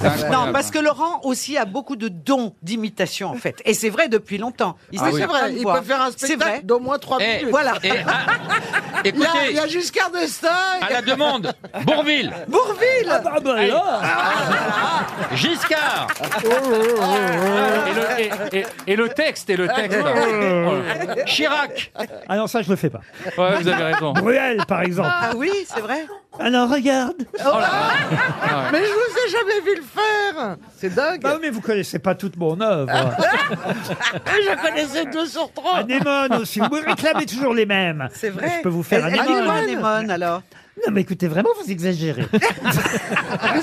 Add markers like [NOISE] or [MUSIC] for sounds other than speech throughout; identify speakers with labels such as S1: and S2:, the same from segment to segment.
S1: C'est incroyable.
S2: Non, parce que Laurent aussi a beaucoup de dons d'imitation, en fait. Et c'est vrai depuis longtemps. Il
S3: Ah
S2: s'est
S3: oui.
S2: fait
S3: C'est vrai,
S2: plein de
S3: il
S2: fois.
S3: peut faire un
S2: C'est
S3: spectacle
S2: vrai.
S3: d'au moins 3
S4: Eh,
S3: minutes.
S2: Voilà.
S4: Et à-
S3: Il y, a,
S4: écoutez,
S3: il y a Giscard d'Estaing,
S2: Ah
S4: à la demande, Bourville,
S2: Bourville
S5: Ah, bah,
S4: Giscard,
S6: Et le, et- et- et le texte, et le texte.
S4: Ah, Chirac.
S5: Ah non, ça, je le fais pas.
S6: Ouais, vous avez raison.
S5: Bruel, par exemple.
S2: Ah oui, c'est vrai.
S5: Alors, regarde.
S3: mais je vous ai jamais vu le faire C'est dingue
S2: Bah
S5: Non, Bah mais vous connaissez pas toute mon œuvre.
S3: Je connaissais 2 sur 3
S5: Anémone aussi. Vous me réclamez toujours les mêmes.
S2: C'est vrai.
S5: Je peux vous faire
S2: Anémone.
S5: Anémone.
S2: Anémone, alors.
S5: Non, mais écoutez, vraiment, vous exagérez.
S3: Mais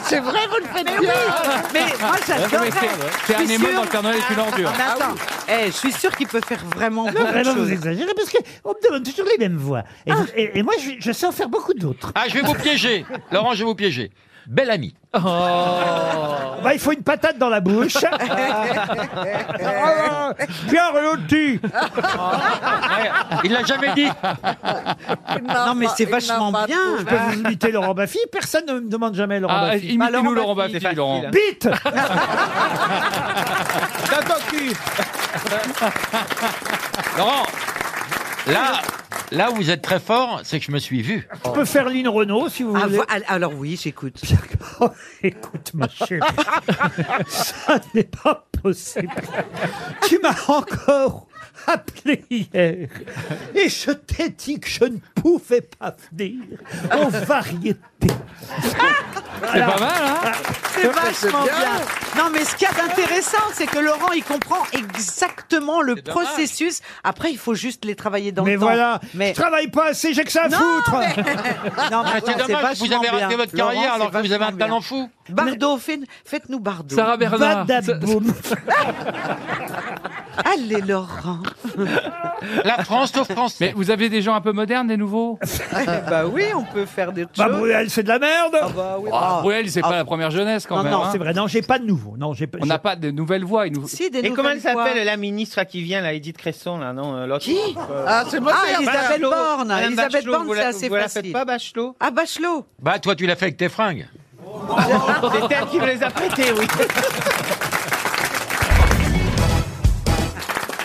S3: c'est vrai, vous le faites bien [LAUGHS]
S2: Mais moi, j'adore.
S6: mais c'est- c'est un aimant dans le Père Noël est une ordure.
S2: Mais
S3: Ah
S2: attends, eh, je suis sûr qu'il peut faire vraiment beaucoup de
S5: Vraiment, Ah vous
S2: choses.
S5: exagérez parce qu'on me demande toujours les mêmes voix. Et, vous- et- et moi, je, je sais en faire beaucoup d'autres.
S4: Ah, je vais vous piéger. Laurent, je vais vous piéger. Bel ami.
S5: Bah, il faut une patate dans la bouche.
S3: Oh
S5: Ah, Pierre Lotti.
S4: Il l'a jamais dit.
S6: Ah,
S2: Non, mais c'est vachement bien.
S5: Je peux vous imiter Laurent Baffy. Personne ne me demande jamais Laurent
S6: Ah,
S5: Baffy.
S6: Imitez-nous
S2: Laurent
S6: Laurent
S2: Baffy,
S6: Baffy, Laurent.
S5: Bite
S4: Laurent, là, là où vous êtes très fort, c'est que je me suis vu.
S5: Je peux faire Lynn Renault si vous
S2: Ah,
S5: voulez.
S2: vo- al- alors oui, j'écoute.
S5: Oh, [LAUGHS] écoute, ma chérie, ça n'est pas possible. Tu m'as encore appelé hier et je t'ai dit que je ne pouvais pas venir aux variétés.
S6: C'est pas mal, hein
S2: C'est vachement
S3: bien.
S2: bien. Non, mais ce qu'il y a d'intéressant, c'est que Laurent, il comprend exactement le
S4: dommage.
S2: processus. Après, il faut juste les travailler dans
S5: Mais
S2: le temps.
S5: voilà,
S2: Mais...
S5: je travaille pas assez, j'ai que ça à
S2: Non,
S5: foutre.
S2: mais- non, mais
S4: Ah,
S2: attends,
S4: c'est
S2: c'est
S4: dommage, vous
S2: vachement
S4: avez raté
S2: bien.
S4: votre
S2: Laurent,
S4: carrière
S2: c'est
S4: alors que vous avez un
S2: vachement bien.
S4: talent fou.
S2: Bardot, fait- faites-nous Bardot.
S6: Sarah Bernard.
S5: Badaboum.
S2: Allez, Laurent.
S4: La France aux Français.
S6: Mais vous avez des gens un peu modernes, des nouveaux
S2: [LAUGHS] bah oui, on peut faire des
S5: Bah,
S2: choses.
S5: Bruel, c'est de la merde.
S7: Oh,
S2: Bah oui. Ah.
S6: Bruel, c'est pas la première jeunesse quand
S2: Non,
S6: même.
S5: non,
S6: hein.
S5: c'est vrai. Non, j'ai pas de nouveau. Non, j'ai pas.
S6: On n'a pas de nouvelles voix. il nous-
S2: Si, des
S7: Et comment elle
S2: nouvelles voix.
S7: s'appelle la ministre là, qui vient, là, Edith Cresson, là, non euh, l'autre,
S2: Qui
S7: euh,
S3: Ah, c'est moi
S2: Ah,
S3: c'est-
S2: Elisabeth
S7: Bachelot.
S2: Borne.
S7: Madame
S2: Elisabeth
S7: Bachelot,
S2: Borne,
S7: vous
S2: c'est
S7: la-
S2: assez
S7: Vous la
S2: facile.
S7: faites pas, Bachelot
S2: Ah, Bachelot.
S4: Bah toi tu l'as fait avec tes fringues.
S7: C'est elle qui me les a prêtées, oui.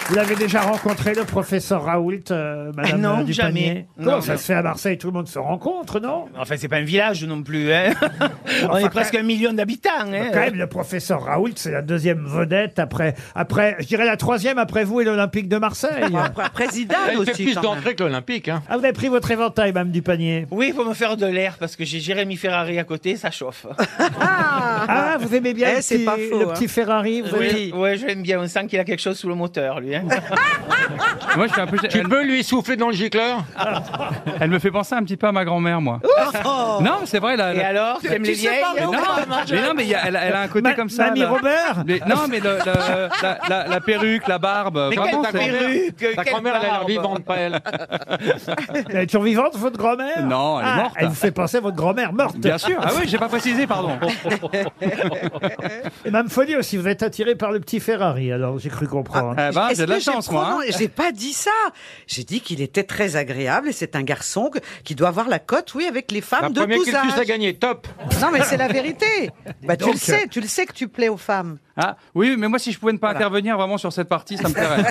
S5: Vous l'avez déjà rencontré, le professeur Raoult, euh, madame
S7: Ah non,
S5: euh, Dupanier
S7: jamais.
S5: Comment
S7: Non,
S5: ça
S7: non.
S5: se fait à Marseille Tout le monde se rencontre, non
S7: [LAUGHS] Enfin, c'est pas un village non plus, hein. [LAUGHS] On est presque un million d'habitants, hein.
S6: Eh,
S5: Quand même, le professeur Raoult, c'est la deuxième vedette après, après, je dirais la troisième après vous et l'Olympique de Marseille.
S6: Ah.
S2: Après, présidente
S4: Elle fait
S2: aussi.
S4: plus
S2: quand même.
S4: d'entrée que l'Olympique. Hein.
S5: Ah, vous avez pris votre éventail, Mme Dupanier.
S7: Oui, pour me faire de l'air, parce que j'ai Jérémy Ferrari à côté, ça [LAUGHS] chauffe.
S5: Ah, vous aimez bien
S2: Eh,
S5: le,
S2: c'est
S5: petit,
S2: pas faux,
S5: le
S2: hein.
S5: petit Ferrari vous avez-
S2: Oui.
S7: Ouais, je l'aime bien, on sent qu'il a quelque chose sous le moteur, lui, hein. [LAUGHS]
S6: Moi, je suis un peu.
S4: Tu
S6: Elle,
S4: peux lui souffler dans le gicleur
S6: elle me fait penser un petit peu à ma grand-mère, moi. Non, mais c'est vrai. La,
S7: Et
S6: la-
S7: alors, t'aimes les vieilles
S6: Mais non, mais, non, mais il y a- elle, elle a un côté
S5: Ma-
S6: comme ça.
S5: Mamie
S6: là. [LAUGHS]
S5: Robert
S6: Les- non, mais le- le- la, la- la perruque, la barbe.
S7: Mais
S6: vraiment,
S7: quelle
S6: c'est-
S7: perruque,
S4: Ta
S7: quelle
S4: grand-mère elle a l'air
S7: barbe.
S4: vivante, pas elle.
S5: Elle est toujours vivante, votre grand-mère
S6: Non, elle est
S5: Ah,
S6: morte.
S5: Elle vous fait penser à votre grand-mère morte.
S6: Bien sûr. Eh Ah oui, j'ai pas précisé, pardon.
S5: Et Mme Folie aussi, vous êtes attirée par le petit Ferrari, alors j'ai cru comprendre.
S6: Eh ben,
S2: Est-ce
S6: j'ai de la
S2: que j'ai
S6: chance, moi. hein.
S2: prononcé- J'ai pas dit ça. J'ai dit qu'il était très agréable et c'est un garçon que- qui doit avoir la cote, oui, avec les
S4: La
S2: femmes de
S4: première
S2: tous
S4: cultus a
S2: âges.
S4: gagné, top.
S2: Non, mais c'est la
S6: [LAUGHS]
S2: vérité. Bah, tu
S6: euh,
S5: Donc,
S2: le sais, tu le sais que tu plais aux femmes.
S6: Ah, oui, mais moi, si je pouvais ne pas intervenir vraiment sur cette partie, ça me plairait.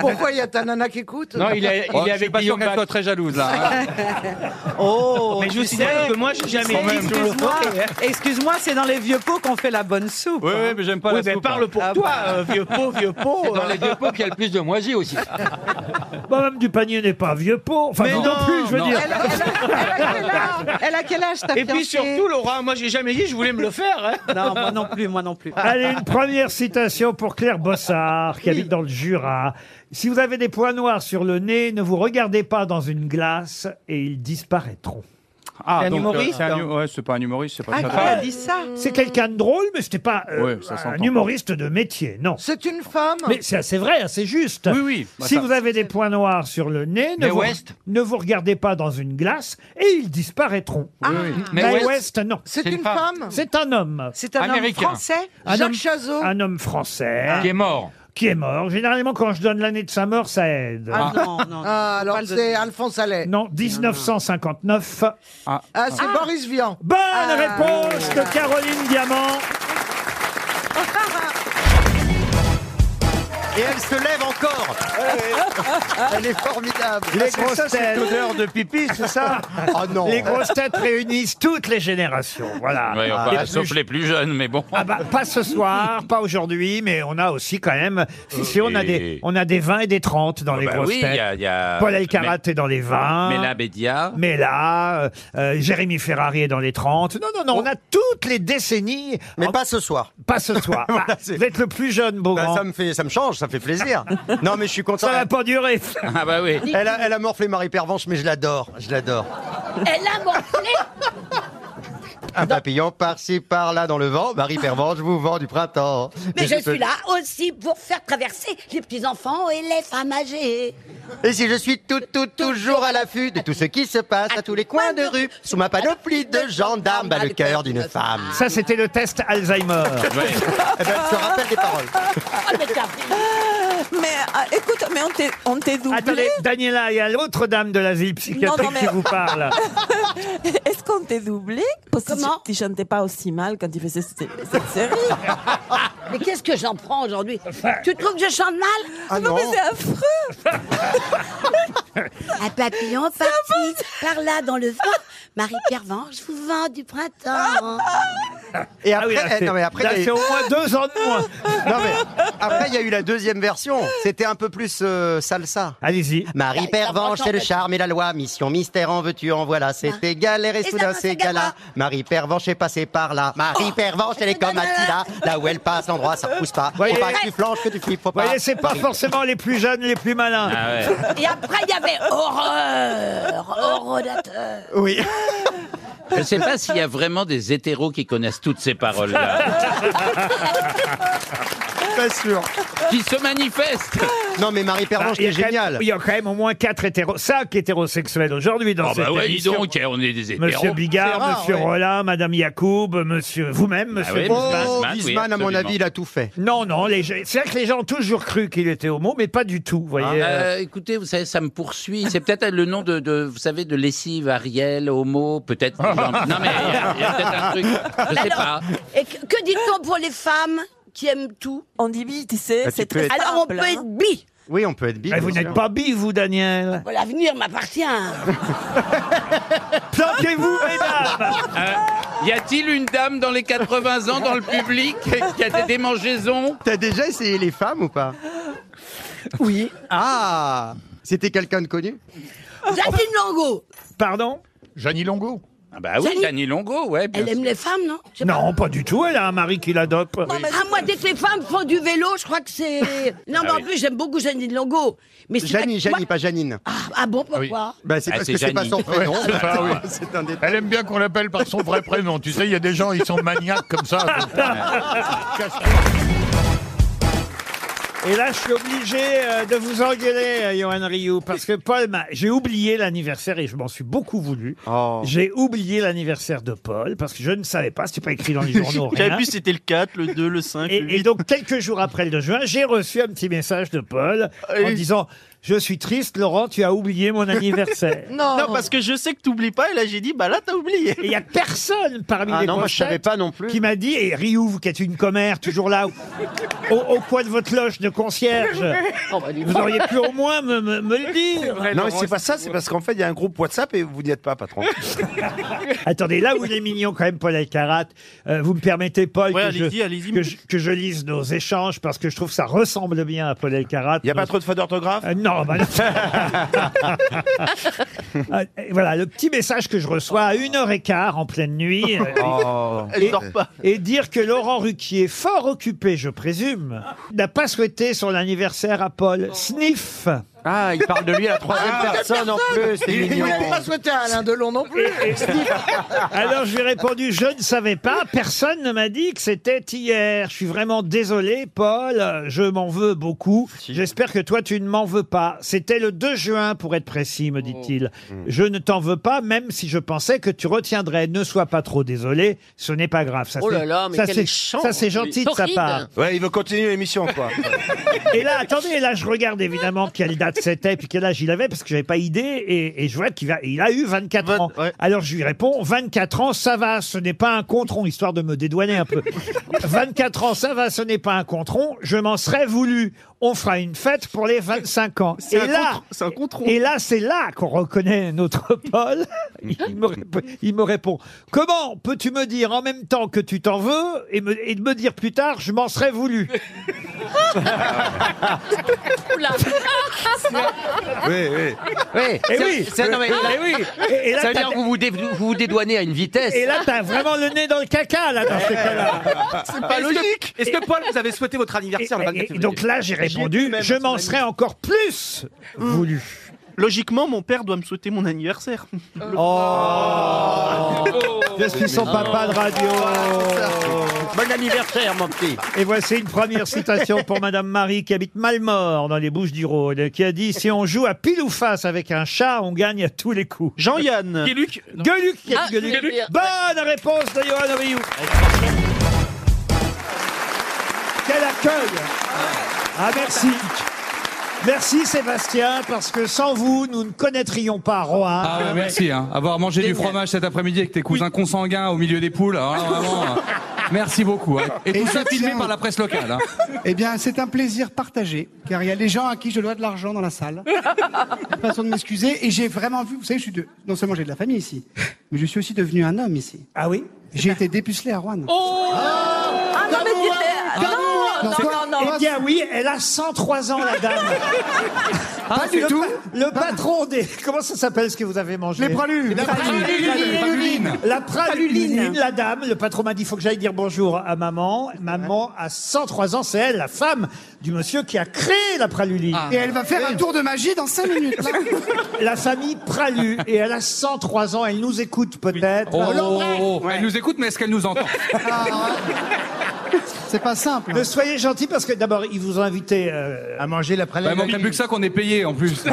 S3: Pourquoi il y a ta nana qui écoute
S4: Non, il est, il est
S6: Oh, je suis
S4: avec
S6: pas sûr
S4: Guillaume
S6: qu'elle soit
S4: Bat.
S6: très jalouse, là. hein.
S2: Oh,
S7: Mais je vous signale que moi, j'ai jamais dit sous
S4: Ah
S7: le
S2: excuse-moi,
S7: moteur, hein.
S4: bah.
S2: excuse-moi, c'est dans les vieux pots qu'on fait la bonne soupe.
S6: Oui, oui, mais j'aime pas
S7: Oui,
S6: la
S7: ben
S6: soupe,
S7: parle
S6: hein.
S7: pour
S2: Ah
S4: bah.
S7: toi, euh, vieux pot, vieux pot. hein.
S4: Dans les deux peuples, il y a le plus de moisis aussi.
S5: Bon, Mme Dupanier n'est pas vieux pot. Enfin,
S7: Mais
S5: non, non
S7: non,
S5: plus, je veux
S6: non.
S5: dire.
S2: Elle, a- elle a, elle a quel âge Elle a quel âge, ta
S7: Et puis
S2: fiancée
S7: surtout, Laurent, moi, j'ai jamais dit, je voulais me le faire, hein.
S2: Non, moi non plus, moi non plus.
S7: Ah,
S5: Allez, une première citation pour Claire Bossard, qui habite dans le Jura. Si vous avez des points noirs sur le nez, ne vous regardez pas dans une glace et ils disparaîtront.
S6: Ah,
S7: C'est un
S6: donc, euh,
S7: humoriste,
S6: c'est un
S7: hein.
S6: hu- ouais, c'est pas un humoriste, c'est pas
S2: Ah,
S6: ça.
S2: qui a dit ça
S5: C'est quelqu'un de drôle, mais c'était pas euh,
S6: Ouais, ça
S5: un
S6: s'entend.
S5: humoriste de métier, non.
S3: C'est une femme
S5: Mais c'est assez vrai, assez juste.
S6: Oui, oui. Bah,
S5: Si
S6: ça-
S5: vous avez des points noirs sur le nez, ne
S4: Mais
S5: vous,
S4: West
S5: ne vous regardez pas dans une glace et ils disparaîtront.
S4: Mais
S5: Mais
S4: West-
S5: West, non.
S3: C'est
S4: c'est
S3: une
S4: une femme.
S3: femme
S5: C'est un homme.
S2: C'est un
S4: Américain.
S2: homme français
S7: Ah.
S5: Un
S3: Jacques
S5: homme- Ah,
S3: Chazot
S5: Un homme français
S6: Ah.
S4: Qui est mort.
S5: qui est mort. Généralement, quand je donne l'année de sa mort, ça aide.
S2: Ah, non, non.
S3: Ah, alors
S2: Pas le-
S3: c'est Alphonse Allais.
S5: Non, 1959.
S3: Ah, c'est Boris Vian.
S5: Bonne réponse de Caroline Diamant.
S1: et elle se lève encore.
S3: Elle est formidable.
S5: Les grosses têtes.
S7: de pipi,
S5: [LAUGHS]
S7: c'est ça Ah
S1: Oh non.
S5: Les grosses têtes réunissent toutes les générations. Voilà.
S4: Ouais, enfin,
S5: Les plus
S4: sauf les plus jeunes, mais bon.
S5: Ah bah, pas ce soir, pas aujourd'hui, mais on a aussi quand même. Si, si, on a des, on a des 20 et des 30 dans les
S4: Bah
S5: grosses
S4: oui, il
S5: têtes.
S4: y a, il y a-
S5: Paul Elkarat est dans les 20.
S4: Mais la Bédia.
S5: Mais là, euh, euh, Jérémy Ferrari est dans les 30. Non, non,
S4: Oh.
S5: non, on a toutes les décennies.
S1: Mais
S5: En-
S1: pas ce soir.
S5: pas ce
S4: [LAUGHS]
S5: soir.
S1: Voilà,
S5: Ah,
S1: c'est-
S5: vous êtes le plus jeune, beau
S1: Oh. Bah,
S5: grand.
S1: ça me fait, ça me change, ça me
S5: [LAUGHS]
S1: fait plaisir. non mais je suis content.
S5: Ça va pas durer.
S4: Ah bah oui.
S1: Elle a, elle a morflé Marie Pervenche, mais je l'adore, je l'adore.
S8: Elle a morflé
S5: Ah
S1: Un
S5: bah.
S1: papillon par-ci par-là dans le vent, Marie Pervenche vous vend du printemps.
S8: Mais je
S1: peux-
S8: suis là aussi pour faire traverser les petits-enfants et les femmes âgées.
S1: Et si je suis tout, tout, toujours à l'affût de tout ce qui se passe à tous les coins de rue, sous ma panoplie de gendarmes, bat le cœur d'une femme.
S5: Ça, c'était le test Alzheimer.
S4: [LAUGHS] Ouais.
S1: Eh ben, je te rappelle des paroles.
S8: Oh, mais t'as-
S9: Mais ah, écoute, mais on t'est- on t'est doublé.
S5: Attendez, Daniela, il y a l'autre dame de l'asile psychiatrique
S9: Non, non, mais-
S5: qui vous
S1: [LAUGHS]
S5: parle.
S9: Est-ce qu'on t'est doublé Parce que
S8: Comment
S9: tu chantais pas aussi mal quand tu faisais cette, cette série.
S8: [LAUGHS] Mais qu'est-ce que j'en prends aujourd'hui Tu trouves que je chante mal
S1: Ah
S9: non, mais c'est affreux.
S8: Un papillon parti par là dans le vent. Marie-Pierre Venge vous vend
S9: [LAUGHS]
S8: du printemps.
S1: Et
S5: Ah oui,
S1: après,
S5: là,
S1: eh,
S5: c'est-
S1: non, mais après,
S5: là,
S1: il y a eu-
S5: c'est au moins deux ans de
S1: [LAUGHS]
S5: moins.
S1: non, mais après, il y a eu la deuxième version. C'était un peu plus euh, salsa.
S5: Allez-y.
S8: Bah,
S1: Marie Pervenche, c'est le charme et la loi. Mission mystère, en veux-tu, en voilà. C'était galère et
S8: Bah, Et
S1: soudain,
S8: ça passe
S1: c'est
S8: à Oh, Gala.
S1: gala. Marie Pervenche est passée par là. Marie Pervenche, elle est comme Attila. Là où elle passe, l'endroit, ça repousse pas. Faut
S5: Voyez.
S1: pas que tu flanches, que tu flippes, faut
S5: Vous
S1: pas.
S5: voyez, c'est pas forcément les plus jeunes, les plus malins.
S4: Ah ouais.
S8: Et après, il y avait horreur, horrorateur.
S1: Oui.
S4: Je sais pas s'il y a vraiment des hétéros qui connaissent toutes ces paroles-là.
S1: [LAUGHS] Pas sûr. Ah,
S4: qui se manifestent.
S1: Non, mais Marie
S5: Bah,
S1: Pervenche,
S5: il y a
S1: c'est
S5: quand même-
S1: génial.
S5: Il y a quand même au moins 4 hétéros, 5 hétérosexuels aujourd'hui dans
S4: Oh
S5: cette
S4: bah ouais, dis
S5: émission.
S4: donc, eh, on est des hétéros.
S5: Monsieur Bigard,
S1: C'est rare,
S5: Monsieur
S1: ouais.
S5: Rollin, Madame Yacoub, Monsieur vous-même, Monsieur.
S4: oui, Bah mais-
S5: Bon.
S1: Oh,
S4: Wiesmann, oui,
S1: Wiesmann, à mon
S4: absolument.
S1: avis, il a tout fait.
S5: Non, non, les gens- c'est vrai que les gens ont toujours cru qu'il était homo, mais pas du tout, vous voyez. euh.
S4: Euh, écoutez, vous savez, ça me poursuit. C'est peut-être le nom de, de- vous savez, de lessive, Ariel,
S10: [LAUGHS]
S4: Homo, peut-être. Non mais il y a, il y a peut-être un truc. Je sais
S8: Alors,
S4: pas.
S8: Et que, que dit-on pour les femmes qui aiment tout
S9: On dit oui, tu sais,
S1: Bah, tu
S9: c'est
S1: peux
S9: très
S1: être-
S8: Alors on
S9: simple,
S8: peut
S9: hein.
S8: être bi.
S1: Oui, on peut être bi.
S5: Mais
S1: bien
S5: vous
S1: sûr.
S5: n'êtes pas bi, vous, Daniel.
S8: Bon, L'avenir m'appartient.
S5: Plantez-vous,
S1: Ah,
S5: mesdames
S4: Y a-t-il une dame dans les 80 ans dans le public qui a des démangeaisons
S1: T'as déjà essayé les femmes ou pas Oui. Ah C'était quelqu'un de connu
S8: Jacqueline Lango,
S5: Pardon
S10: Jeannie Longo.
S4: Ah bah oui,
S8: Johnny-
S4: Dany Longo, ouais. bien
S8: elle
S4: sûr.
S8: aime les femmes, non Je sais pas.
S5: Non, pas du tout, elle a un mari qui la dope.
S8: Ah, moi, dès que les femmes font du vélo, je crois que c'est. Non, mais
S4: Ah
S8: en
S4: oui.
S8: plus, j'aime beaucoup Janine Longo. Mais c'est
S1: Janine,
S8: vrai que
S1: Janine, pas Janine.
S8: moi- Ah, ah bon, pourquoi
S1: Bah, c'est
S4: Ah,
S1: parce
S4: c'est
S1: que c'est pas
S4: Janine.
S1: son prénom.
S10: Ouais, c'est
S1: [LAUGHS]
S10: ça, oui.
S1: C'est un détail.
S10: Elle aime bien qu'on l'appelle par son vrai prénom. Tu sais, il y a des gens, ils sont maniaques comme ça.
S5: Et là, je suis obligé euh, de vous engueuler, euh, Johan Rioux, parce que Paul m'a... J'ai oublié l'anniversaire et je m'en suis beaucoup voulu.
S1: Oh.
S5: J'ai oublié l'anniversaire de Paul parce que je ne savais pas, c'était pas écrit
S7: [LAUGHS]
S5: dans les journaux. rien.
S7: c'était le 4, le 2, le 5,
S5: Et, et donc, quelques jours après le 2 juin, j'ai reçu un petit message de Paul en
S7: Et-
S5: disant Je suis triste, Laurent, tu as oublié mon anniversaire.
S7: Non, parce que je sais que t'oublies pas, et là j'ai dit, bah là t'as oublié.
S5: Et il n'y a personne parmi
S1: Ah
S5: les
S1: non, moi
S5: grosses
S1: je savais
S5: têtes
S1: pas non plus.
S5: qui m'a dit Et Rioux, vous qui êtes une commère, toujours là, au, au coin de votre loge de
S7: [LAUGHS]
S5: concierge,
S7: Oh,
S5: vous auriez pu au moins me, me- me le dire.
S7: non, mais bah, c'est pas ça, c'est parce qu'en fait il y a un groupe WhatsApp et vous n'y êtes pas, patron.
S5: Attendez, là où il est mignon quand même, Paul Alcarat, euh, vous me permettez, Paul,
S7: Ouais,
S5: que, je,
S7: allez-y, allez-y.
S5: que je- que je lise nos échanges parce que je trouve que ça ressemble bien à Paul Alcarat.
S7: Il n'y a
S5: Nos-
S7: pas trop de fautes d'orthographe
S5: Euh, non, bah non.
S7: [LAUGHS]
S5: Euh, et voilà, le petit message que je reçois à 1h15 en pleine
S7: [LAUGHS]
S5: nuit. euh,
S1: Oh.
S7: Elle dort pas.
S5: Et dire que Laurent Ruquier, fort occupé, je présume, n'a pas souhaité son anniversaire à Paul. Sniff
S1: Ah, il parle de lui à la troisième
S4: Ah,
S1: personne en plus. C'est
S3: Il
S1: mignon.
S3: n'avait pas souhaité à Alain Delon non plus.
S5: Alors je lui ai répondu, je ne savais pas, personne ne m'a dit que c'était hier. Je suis vraiment désolé, Paul, euh, je m'en veux beaucoup. J'espère que toi, tu ne m'en veux pas. C'était le 2 juin, pour être précis, me dit-il. Je ne t'en veux pas, même si je pensais que tu retiendrais. Ne sois pas trop désolé, ce n'est pas grave. Ça,
S11: Oh là
S5: c'est-
S11: là, mais
S5: ça,
S11: quel
S5: c'est-
S11: échange.
S5: ça, c'est gentil de sa
S11: Torride.
S5: part.
S7: Ouais, il veut continuer l'émission, quoi.
S5: Et là, attendez, là, je regarde évidemment quelle date c'était, puis quel âge il avait, parce que j'avais pas idée, et, et je vois qu'il va- il a eu 24
S7: Vingt-
S5: ans.
S7: ouais.
S5: Alors je lui réponds, 24 ans, ça va, ce n'est pas un contron,
S7: [LAUGHS]
S5: histoire de me dédouaner un peu. 24 ans, ça va, ce n'est pas un contron, je m'en serais voulu. on fera une fête pour les 25 ans.
S7: C'est
S5: Et
S7: un
S5: là,
S7: contre- c'est un contron.
S5: et là, c'est là qu'on reconnaît notre Paul. [LAUGHS] Il me, rép- il me répond Comment peux-tu me dire en même temps que tu t'en veux et, me, et de me dire plus tard, je m'en serais voulu
S7: Oula.
S8: Oui, oui.
S5: Eh
S8: C'est-
S5: oui.
S8: c'est- non, mais-
S5: Eh oui. Et- et là,
S8: ça veut
S5: t'as-
S8: dire que vous vous, dé- vous vous dédouanez à une vitesse.
S5: Et là, t'as vraiment le nez dans le caca, là, dans ces cas-là.
S8: C'est
S5: Est-ce
S8: pas
S5: que-
S8: logique.
S7: Est-ce que Paul, vous avez souhaité votre anniversaire le 24
S5: Et
S7: février
S5: donc là, j'ai répondu Je m'en serais encore plus voulu.
S7: Logiquement, mon père doit me souhaiter mon anniversaire.
S5: Oh Je suis son papa de radio.
S12: Ah,
S5: Oh.
S12: Bon anniversaire, mon petit.
S5: Et voici une première citation pour Madame Marie qui habite Malmort dans les Bouches du Rhône, qui a dit Si on joue à pile ou face avec un chat, on gagne à tous les coups.
S7: Jean-Yann.
S5: Gueluc. Gueluc. qui a dit
S7: Ah,
S5: Gueluc.
S7: Gueluc.
S5: Bonne réponse de Johan Rioux. Quel accueil Ah merci. Merci Sébastien, parce que sans vous, nous ne connaîtrions pas Rohan.
S4: Ah, bah, merci, hein. avoir mangé du fromage cet après-midi avec tes cousins consanguins au milieu des poules. alors là, vraiment, euh, merci beaucoup. hein. Et
S6: Et
S4: tout ça
S6: je
S4: filmé
S6: tiens-
S4: par la presse locale. hein.
S6: Eh bien, c'est un plaisir partagé, car il y a des gens à qui je dois de l'argent dans
S4: [LAUGHS]
S6: la salle. Une façon de m'excuser. Et j'ai vraiment vu, vous savez, je suis de, non seulement j'ai de la famille ici, mais je suis aussi devenu un homme ici.
S5: Ah oui
S6: J'ai été dépucelé à Rouen.
S4: Oh.
S3: Ah non, mais tu t'es- Non, non, non,
S6: Ah.
S3: non.
S5: Eh bien oui, elle a 103 ans, la
S6: [LAUGHS]
S5: dame.
S6: Pas Ah, du
S5: le
S6: tout.
S5: pa- le patron des. Comment ça s'appelle ce que vous avez mangé
S6: Les pralules.
S5: La
S6: Les pralules. Les
S5: praluline.
S6: pralules.
S5: La praluline.
S6: Praluline.
S5: La dame, le patron m'a dit faut que j'aille dire bonjour à maman. Maman à 103 ans, c'est elle, la femme du monsieur qui a créé la praluline.
S6: Et elle va faire un tour de magie dans 5 minutes. là.
S5: [LAUGHS] La famille Pralu. Et elle a 103 ans, elle nous écoute peut-être.
S4: Oh, oh, oh, oh. Elle nous écoute, mais est-ce qu'elle nous entend
S5: C'est pas simple. Ne soyez gentil parce que d'abord, ils vous ont invité euh, à manger la
S4: Bah, Il manque plus que ça qu'on est payé en plus.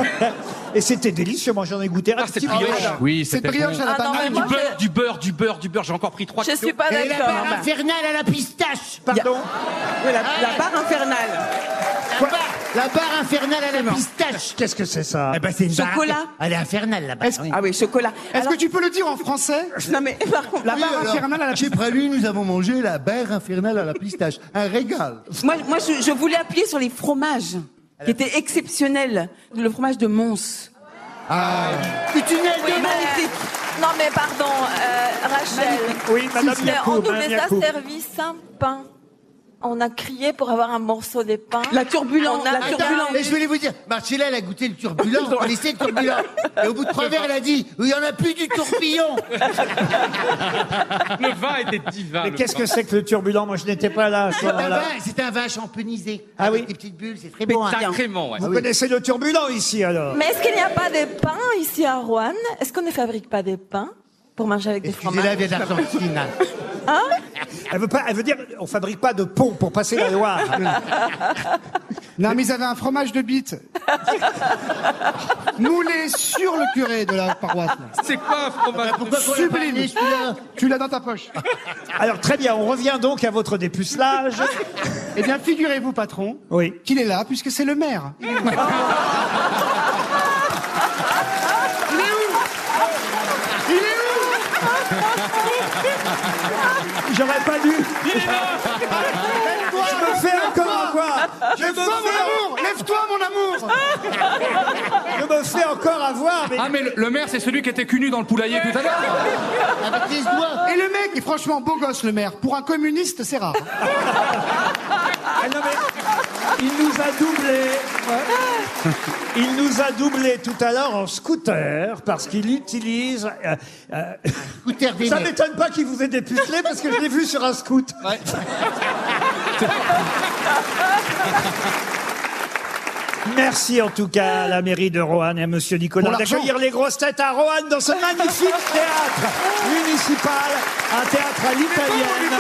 S5: Et c'était délicieux, moi j'en ai goûté
S6: Ah,
S5: un petit peu.
S4: Oui, c'était bon.
S3: Ah non, mais
S2: du,
S3: moi,
S2: beurre, du beurre, du beurre, du beurre. J'ai encore pris trois.
S3: Je
S2: kilos.
S3: suis pas
S2: Et la
S3: d'accord.
S2: barre infernale.
S3: infernale à la pistache.
S5: Pardon
S3: Oui, la, la barre infernale.
S1: La barre infernale à la pistache.
S5: Qu'est-ce que c'est ça
S1: Eh ben, c'est une
S3: Chocolat.
S1: barre. Elle est infernale là-bas. oui.
S3: Ah oui, chocolat.
S6: Est-ce que tu peux le dire en français
S3: Non mais par contre,
S1: Oui, alors, Chez Prélu, nous avons mangé la barre infernale à la pistache. Un régal.
S3: Moi, moi je, je voulais appuyer sur les fromages, qui étaient exceptionnels. Le fromage de Mons.
S1: Ah.
S3: Le tunnel de magnifique. Non mais pardon, euh, Rachel.
S5: Oui, Madame
S3: S'il te plaît,
S5: Yacoub,
S3: On nous
S5: Madame
S3: les a
S5: Yacoub.
S3: servis sans pain. On a crié pour avoir un morceau de pain. La turbulence, la
S1: Attends, mais je voulais vous dire, Marcella, elle a goûté le turbulent, on laissait le turbulent. Et au bout de trois verres, elle a dit, il n'y en a plus du tourbillon.
S4: Le vin était divin.
S5: Mais
S4: le
S5: qu'est-ce
S4: vin.
S5: que c'est que le turbulent Moi je n'étais pas là à ce
S6: Ah,
S1: C'est un,
S6: bah,
S5: moment-là.
S1: vin- c'est un vin champinisé.
S5: Ah oui.
S1: Des petites bulles, c'est très bon. hein.
S5: Vous connaissez le turbulent ici alors
S3: Mais est-ce qu'il n'y a pas de pain ici à Rouen Est-ce qu'on ne fabrique pas des pains pour manger avec des fromages
S1: Excusez-la, elle vient d'Argentine.
S5: elle veut, pas, elle veut dire on fabrique pas de pont pour passer la Loire.
S6: [LAUGHS] Non, mais ils avaient un fromage de bite. Moulé sur le curé de la paroisse. là. Bah,
S4: C'est quoi un fromage
S6: Sublime. Tu l'as dans ta poche.
S5: Alors très bien, on revient donc à votre
S6: [LAUGHS]
S5: dépucelage.
S6: Eh bien, figurez-vous, patron,
S5: Oui.
S6: qu'il est là, puisque c'est
S5: [LAUGHS]
S6: le maire. Il est là.
S7: Il est où Il est
S5: J'aurais pas dû.
S7: Il est là
S5: Je me fais encore avoir. Je me
S7: Lève-toi,
S5: fais
S7: mon amour
S6: Lève-toi, mon
S5: [LAUGHS]
S6: amour
S5: Je me fais encore avoir. Mais...
S4: Ah, mais le, le maire, c'est celui qui était cunu dans le poulailler tout à l'heure.
S6: Avec les doigts. Et le mec est franchement beau gosse, le maire. Pour un communiste, c'est rare.
S5: Ah non, mais il nous a doublé. Il nous a doublé tout à l'heure en scooter parce qu'il utilise. euh, euh, ça
S1: Vénère.
S5: m'étonne pas qu'il vous ait dépucelé parce que je l'ai vu sur un scoot. Merci en tout cas à la mairie de Roanne et à Monsieur
S6: Pour
S5: Nicolas
S6: l'argent.
S5: d'accueillir les grosses têtes à Roanne dans ce magnifique théâtre municipal, un théâtre à l'italienne.